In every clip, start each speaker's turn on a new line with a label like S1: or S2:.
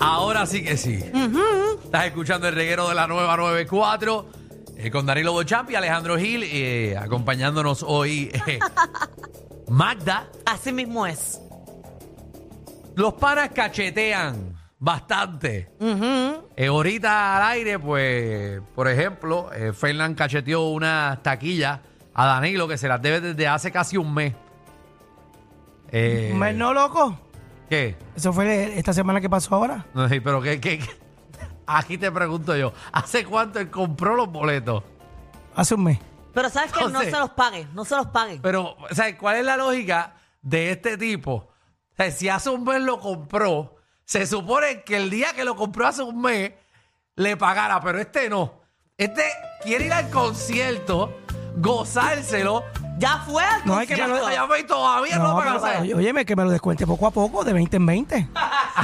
S1: Ahora sí que sí. Estás escuchando el reguero de la nueva 94 eh, con Danilo Bochamp y Alejandro Gil eh, acompañándonos hoy. eh, Magda,
S2: Así mismo es.
S1: los panas cachetean bastante. Eh, ahorita al aire, pues, por ejemplo, eh, Fernan cacheteó unas taquillas a Danilo que se las debe desde hace casi un mes. Eh,
S3: Hombre, no, loco.
S1: ¿Qué?
S3: Eso fue esta semana que pasó ahora.
S1: No, sí, pero ¿qué, qué, qué? Aquí te pregunto yo, ¿hace cuánto él compró los boletos?
S3: Hace un mes.
S2: Pero sabes que no
S1: Entonces-
S2: se los pague, no se los pague.
S1: Pero, o sea, ¿cuál es la lógica de este tipo? O sea, si hace un mes lo compró, se supone que el día que lo compró hace un mes le pagara, pero este no. Este quiere ir al concierto, gozárselo.
S2: Ya fue al
S3: No, hay que
S1: Ya,
S3: me
S2: concierto.
S3: lo-
S1: ya ve, y todavía no, lo ha
S3: pero-
S1: pagado. O sea,
S3: oye, óyeme, que me lo descuente poco a poco, de 20 en 20.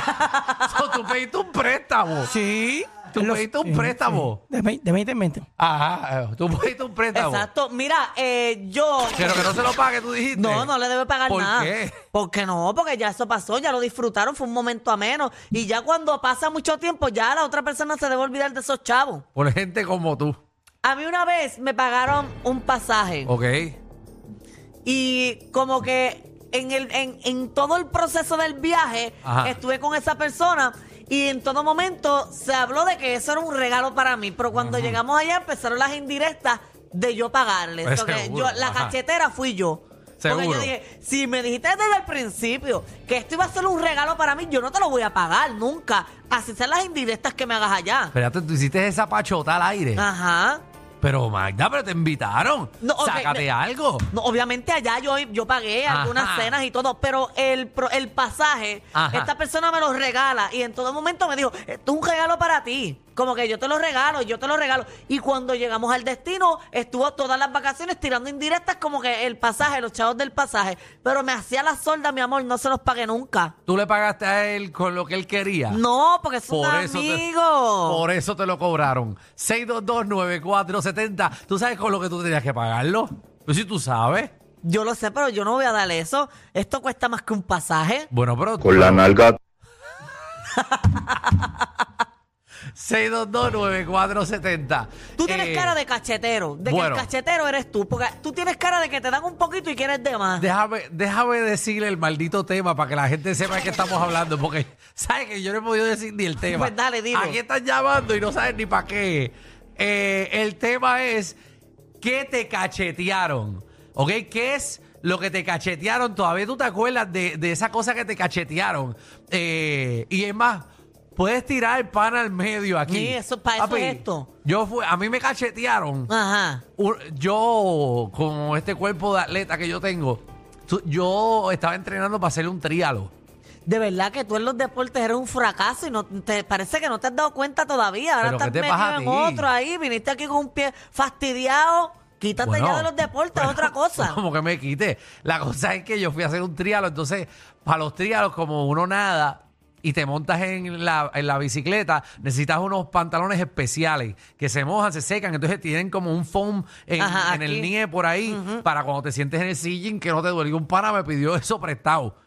S1: so, tú pediste un préstamo.
S3: Sí.
S1: Tú pediste un préstamo.
S3: De, vein- de 20 en 20.
S1: Ajá, eh, tú pediste un préstamo.
S2: Exacto. Mira, eh, yo.
S1: Pero que no se lo pague, tú dijiste.
S2: No, no le debe pagar
S1: ¿Por
S2: nada.
S1: qué?
S2: Porque no, porque ya eso pasó, ya lo disfrutaron, fue un momento ameno. Y ya cuando pasa mucho tiempo, ya la otra persona se debe olvidar de esos chavos.
S1: Por gente como tú.
S2: A mí una vez me pagaron un pasaje.
S1: Ok.
S2: Y como que en, el, en, en todo el proceso del viaje
S1: Ajá.
S2: estuve con esa persona y en todo momento se habló de que eso era un regalo para mí. Pero cuando llegamos allá empezaron las indirectas de yo pagarle.
S1: Pues
S2: So que
S1: seguro,
S2: yo- la
S1: ajá.
S2: cachetera fui yo. Porque
S1: Seguro.
S2: yo dije, si me dijiste desde el principio que esto iba a ser un regalo para mí, yo no te lo voy a pagar nunca. Así sean las indirectas que me hagas allá.
S1: Espérate, tú hiciste esa pachota al aire.
S2: Ajá.
S1: Pero Magda, pero te invitaron.
S2: Ah. No, ok,
S1: Sácate
S2: me-
S1: algo.
S2: No, obviamente allá yo, yo pagué
S1: Ajá.
S2: algunas cenas y todo, pero el, pro- el pasaje,
S1: Ajá.
S2: esta persona me lo regala y en todo momento me dijo, esto es un regalo para ti. Como que yo te lo regalo, yo te lo regalo. Y cuando llegamos al destino, estuvo todas las vacaciones tirando indirectas como que el pasaje, los chavos del pasaje. Pero me hacía la solda, mi amor, no se los pagué nunca.
S1: Tú le pagaste a él con lo que él quería.
S2: No, porque es un
S1: te,
S2: amigo.
S1: por eso te lo cobraron. 6229470. ¿Tú sabes con lo que tú tenías que pagarlo? Pues si tú sabes.
S2: Yo lo sé, pero yo no voy a darle eso. Esto cuesta más que un pasaje.
S1: Bueno, pero
S4: Con la nalga
S1: 6229470.
S2: Tú tienes
S1: Eh,
S2: cara de cachetero, de
S1: bueno.
S2: que el cachetero eres tú, porque tú tienes cara de que te dan un poquito y quieres de más.
S1: Déjame, déjame decirle el maldito tema para que la gente sepa de qué estamos hablando, porque sabes que yo no he podido decir ni el tema.
S2: Pues dale, dilo.
S1: Aquí están llamando y no saben ni para qué. Eh, el tema es ¿qué te cachetearon? ¿Ok? ¿Qué es lo que te cachetearon? Todavía tú te acuerdas de, de esa cosa que te cachetearon. Eh, y es más, puedes tirar el pan al medio aquí.
S2: Sí, eso- para eso es esto.
S1: Yo fui, a mí me cachetearon.
S2: Ajá.
S1: Un- yo, con este cuerpo de atleta que yo tengo, tú- yo estaba entrenando para hacer un trialo.
S2: De verdad que tú en los deportes eres un fracaso y no te parece que no te has dado cuenta todavía. Ahora
S1: ¿Pero
S2: estás
S1: qué te pasa a
S2: metido en
S1: ti?
S2: otro ahí, viniste aquí con un pie fastidiado. Quítate
S1: Bueno,
S2: ya de los deportes,
S1: bueno,
S2: otra cosa.
S1: Como que me quite. La cosa es que yo fui a hacer un trialo, entonces, para los trialos, como uno nada y te montas en la, en la bicicleta, necesitas unos pantalones especiales que se mojan, se secan, entonces tienen como un foam en,
S2: Ajá,
S1: en el
S2: aquí.
S1: nie por ahí para cuando te sientes en el sillín que no te duele. Y Un pana me pidió eso prestado.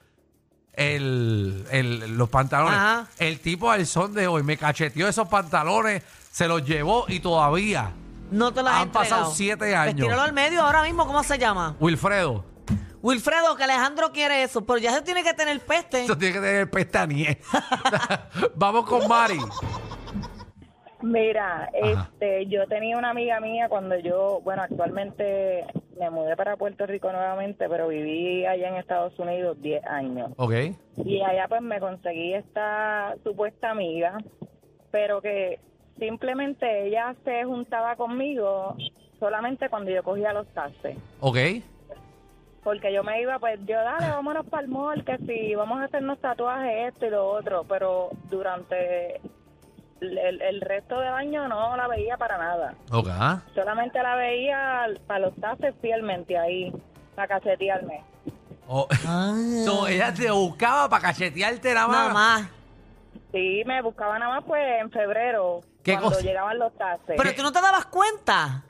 S1: el, el- los pantalones.
S2: Ajá.
S1: El tipo al son de hoy me cacheteó esos pantalones, se los llevó y todavía.
S2: No te lo has
S1: Han pasado
S2: entregado.
S1: siete
S2: Pues
S1: años.
S2: tíralo al medio ahora mismo, ¿cómo se llama?
S1: Wilfredo,
S2: Wilfredo, que Alejandro quiere eso, pero ya se tiene que tener peste.
S1: eso tiene que tener pestañe. Vamos con Mari.
S5: Mira,
S1: Ajá.
S5: este, yo tenía una amiga mía cuando yo, bueno, actualmente me mudé para Puerto Rico nuevamente, pero viví allá en Estados Unidos 10 años.
S1: Ok.
S5: Y allá pues me conseguí esta supuesta amiga, pero que simplemente ella se juntaba conmigo solamente cuando yo cogía los taxes.
S1: Ok.
S5: Porque yo me iba, pues yo, dale, vámonos para el mall, que si vamos a hacernos tatuajes, esto y lo otro. Pero durante el, el- el resto del año no la veía para nada.
S1: Ok.
S5: Solamente la veía para los tases fielmente ahí, para cachetearme.
S1: O-
S2: Ah.
S1: So, Oh. ella te buscaba para cachetearte la mano.
S2: Nada más.
S5: Sí, me buscaba nada más pues en febrero,
S1: ¿Qué
S5: cuando
S1: cosa?
S5: llegaban los tases.
S2: Pero tú no te dabas cuenta.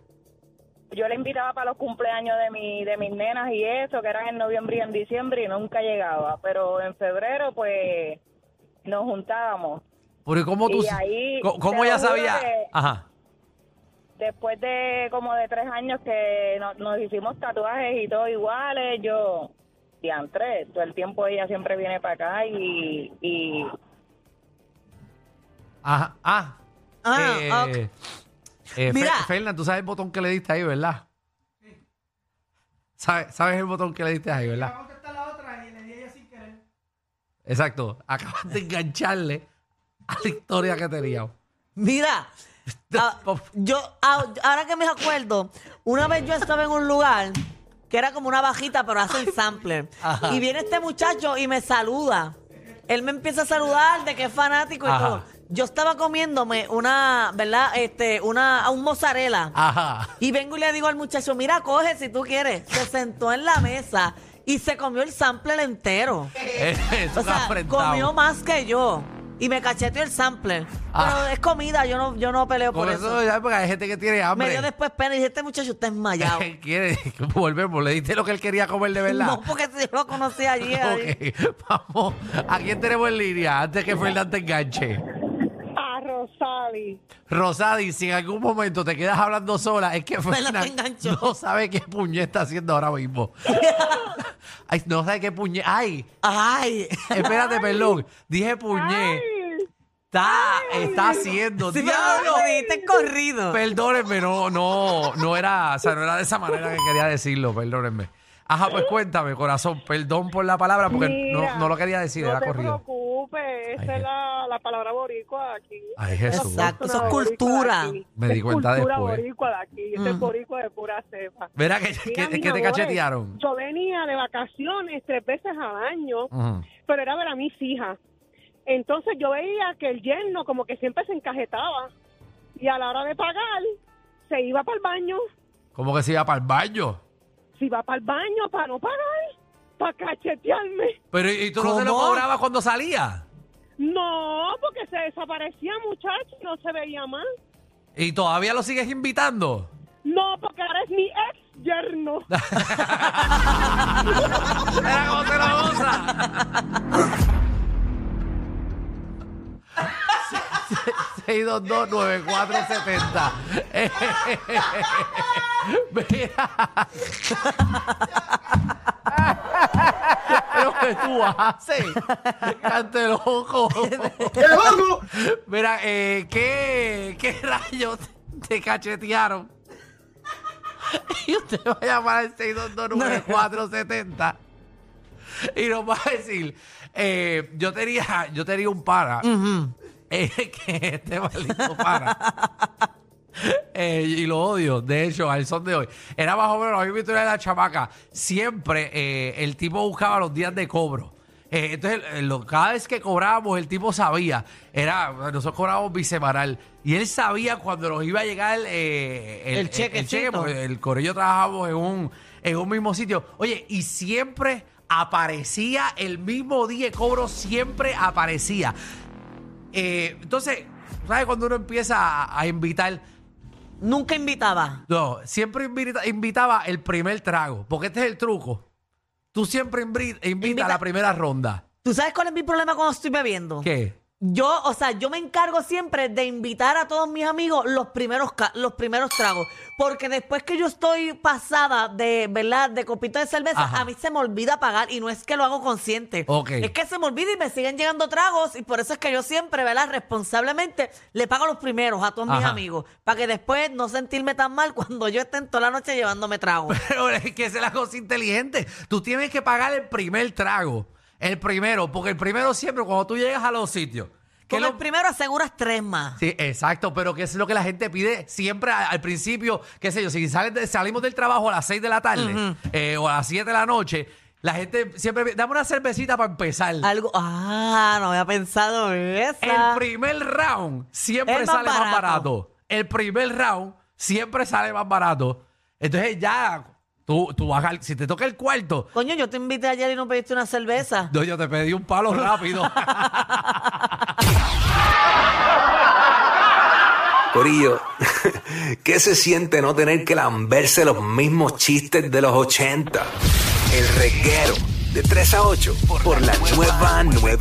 S5: Yo le invitaba para los cumpleaños de mi, de mis nenas y eso, que eran en noviembre y en diciembre y nunca llegaba. Pero en febrero pues nos juntábamos.
S1: Pero ¿y cómo tú...
S5: Y ahí,
S1: co- ¿Cómo
S5: te
S1: ella
S5: lo juro
S1: sabía?
S5: que-
S1: Ajá.
S5: Después de como de tres años que no- nos hicimos tatuajes y todo iguales, yo, diantre, todo el tiempo ella siempre viene para acá y, y
S1: Ajá. Ah.
S2: Ah,
S1: Eh,
S2: ok.
S1: eh, Fer-
S2: Mira.
S1: Fernan, tú sabes el botón que le diste ahí, ¿verdad? ¿Sabes, sabes el botón que le diste ahí, verdad?
S3: contestar la otra y le di ella sin querer.
S1: Exacto. Acabas de engancharle a la historia que teníamos.
S2: Mira, ah, yo ah, ahora que me acuerdo, una vez yo estaba en un lugar que era como una bajita, pero hacen sampler.
S1: Ajá.
S2: Y viene este muchacho y me saluda. Él me empieza a saludar de que es fanático y
S1: Ajá.
S2: todo. Yo estaba comiéndome una, ¿verdad? Este, una, un mozzarella.
S1: Ah. Ajá.
S2: Y vengo y le digo al muchacho, mira, coge si tú quieres. Se sentó en la mesa y se comió el sampler entero.
S1: Eso
S2: O sea, comió más que yo. Y me cacheteó el sampler.
S1: Ah.
S2: Pero es comida, yo no, yo no peleo por,
S1: Por
S2: eso.
S1: eso, ya, porque hay gente que tiene hambre.
S2: me dio después pena y dije, este muchacho está enmayado.
S1: Él quiere volvemos, le diste lo que él quería comer de verdad.
S2: no, porque yo lo conocí allí. ahí.
S1: Ok, vamos. ¿A quién tenemos en línea antes que Fernández te enganche?
S5: a Rosali.
S1: Rosadi, si en algún momento te quedas hablando sola, es que
S2: Fernan
S1: Fernan
S2: te enganchó.
S1: no sabe qué puñe está haciendo ahora mismo. Ay, no sabe qué puñe. Ay,
S2: Ay.
S1: espérate, perdón. Dije puñe. Está, está haciendo.
S2: Sí, pero
S1: ¡Diablo!
S2: lo dijiste corrido.
S1: Perdónenme, no, no, no era, o sea, no era de esa manera que quería decirlo, perdónenme. Ajá, pues cuéntame, corazón, perdón por la palabra, porque
S5: Mira,
S1: no, no lo quería decir,
S5: No
S1: era
S5: te
S1: corrido.
S5: preocupes, esa
S1: Ay,
S5: es la, la palabra boricua aquí.
S1: Ay, Jesús.
S2: Exacto, eso es
S5: Boricua de
S2: cultura.
S5: aquí.
S1: Me di
S5: Es
S1: cuenta
S5: cultura
S1: después.
S5: boricua de aquí, ese es
S2: Mm.
S5: boricua de pura cepa.
S1: Verá que,
S4: Mira,
S1: que-
S4: mis
S1: que te
S4: amores,
S1: cachetearon.
S4: Yo venía de vacaciones tres veces al año,
S1: Ujú.
S4: pero era ver a mis hijas. Entonces yo veía que el yerno como que siempre se encajetaba y a la hora de pagar se iba para el baño,
S1: Como que se iba para el baño.
S4: se iba para el baño para no pagar, para cachetearme.
S1: Pero ¿y tú no se lo
S2: ¿Cómo?
S1: cobrabas cuando salía?
S4: No, porque se desaparecía muchacho, no se veía más.
S1: ¿Y todavía lo sigues invitando?
S4: No, porque ahora es mi ex yerno.
S1: Era como se lo goza. Se- se- 6229470. Eh, Mira. Lo que tú haces. Cante loco. Mira, eh, ¿qué, ¿qué rayos te cachetearon? Y usted va a llamar al 6229470 y nos va a decir, eh, yo tenía, yo tenía un para, eh, que este maldito para. eh, y lo odio, de hecho, al son de hoy. Era más o menos la misma historia de la chamaca. Siempre eh, el tipo buscaba los días de cobro. Eh, entonces, eh, lo- cada vez que cobrábamos, el tipo sabía. Era, nosotros cobrábamos bisemanal. Y él sabía cuando nos iba a llegar eh,
S2: El chequecito.
S1: porque el corillo trabajábamos en un, en un mismo sitio. Oye, y siempre aparecía el mismo día de cobro, siempre aparecía. Eh, entonces, ¿sabes cuando uno empieza a, a invitar?
S2: Nunca invitaba.
S1: No, siempre invita- invitaba el primer trago, porque este es el truco. Tú siempre invi- invitas
S2: Invita-
S1: a la primera ronda.
S2: ¿Tú sabes cuál es mi problema cuando estoy bebiendo?
S1: ¿Qué?
S2: Yo, o sea, yo me encargo siempre de invitar a todos mis amigos los primeros, ca- los primeros tragos. Porque después que yo estoy pasada de, ¿verdad? De copito de cerveza,
S1: Ajá.
S2: a mí se me olvida pagar y no es que lo hago consciente.
S1: Ok.
S2: Es que se me olvida y me siguen llegando tragos y por eso es que yo siempre, ¿verdad? Responsablemente le pago los primeros a todos mis
S1: Ajá.
S2: amigos. Para que después no sentirme tan mal cuando yo esté en toda la noche llevándome tragos.
S1: Pero es que esa es la cosa inteligente. Tú tienes que pagar el primer trago. El primero, porque el primero siempre, cuando tú llegas a los sitios, ¿Qué
S2: Con
S1: lo-
S2: el primero aseguras tres más.
S1: Sí, exacto, pero que es lo que la gente pide siempre a- al principio, qué sé yo, si sales de- salimos del trabajo a las 6 de la tarde eh, o a las 7 de la noche, la gente siempre pide, dame una cervecita para empezar.
S2: Algo. Ah, no había pensado en esa.
S1: El primer round siempre
S2: Es más
S1: sale más
S2: barato.
S1: barato. El primer round siempre sale más barato. Entonces ya, tú, tú vas al- si te toca el cuarto,
S2: Coño, yo te invité ayer y no pediste una cerveza.
S1: no, yo te pedí un palo rápido.
S6: Corillo, ¿qué se siente no tener que lamberse los mismos chistes de los 80? El reguero de 3 a 8 por la nueva nueva.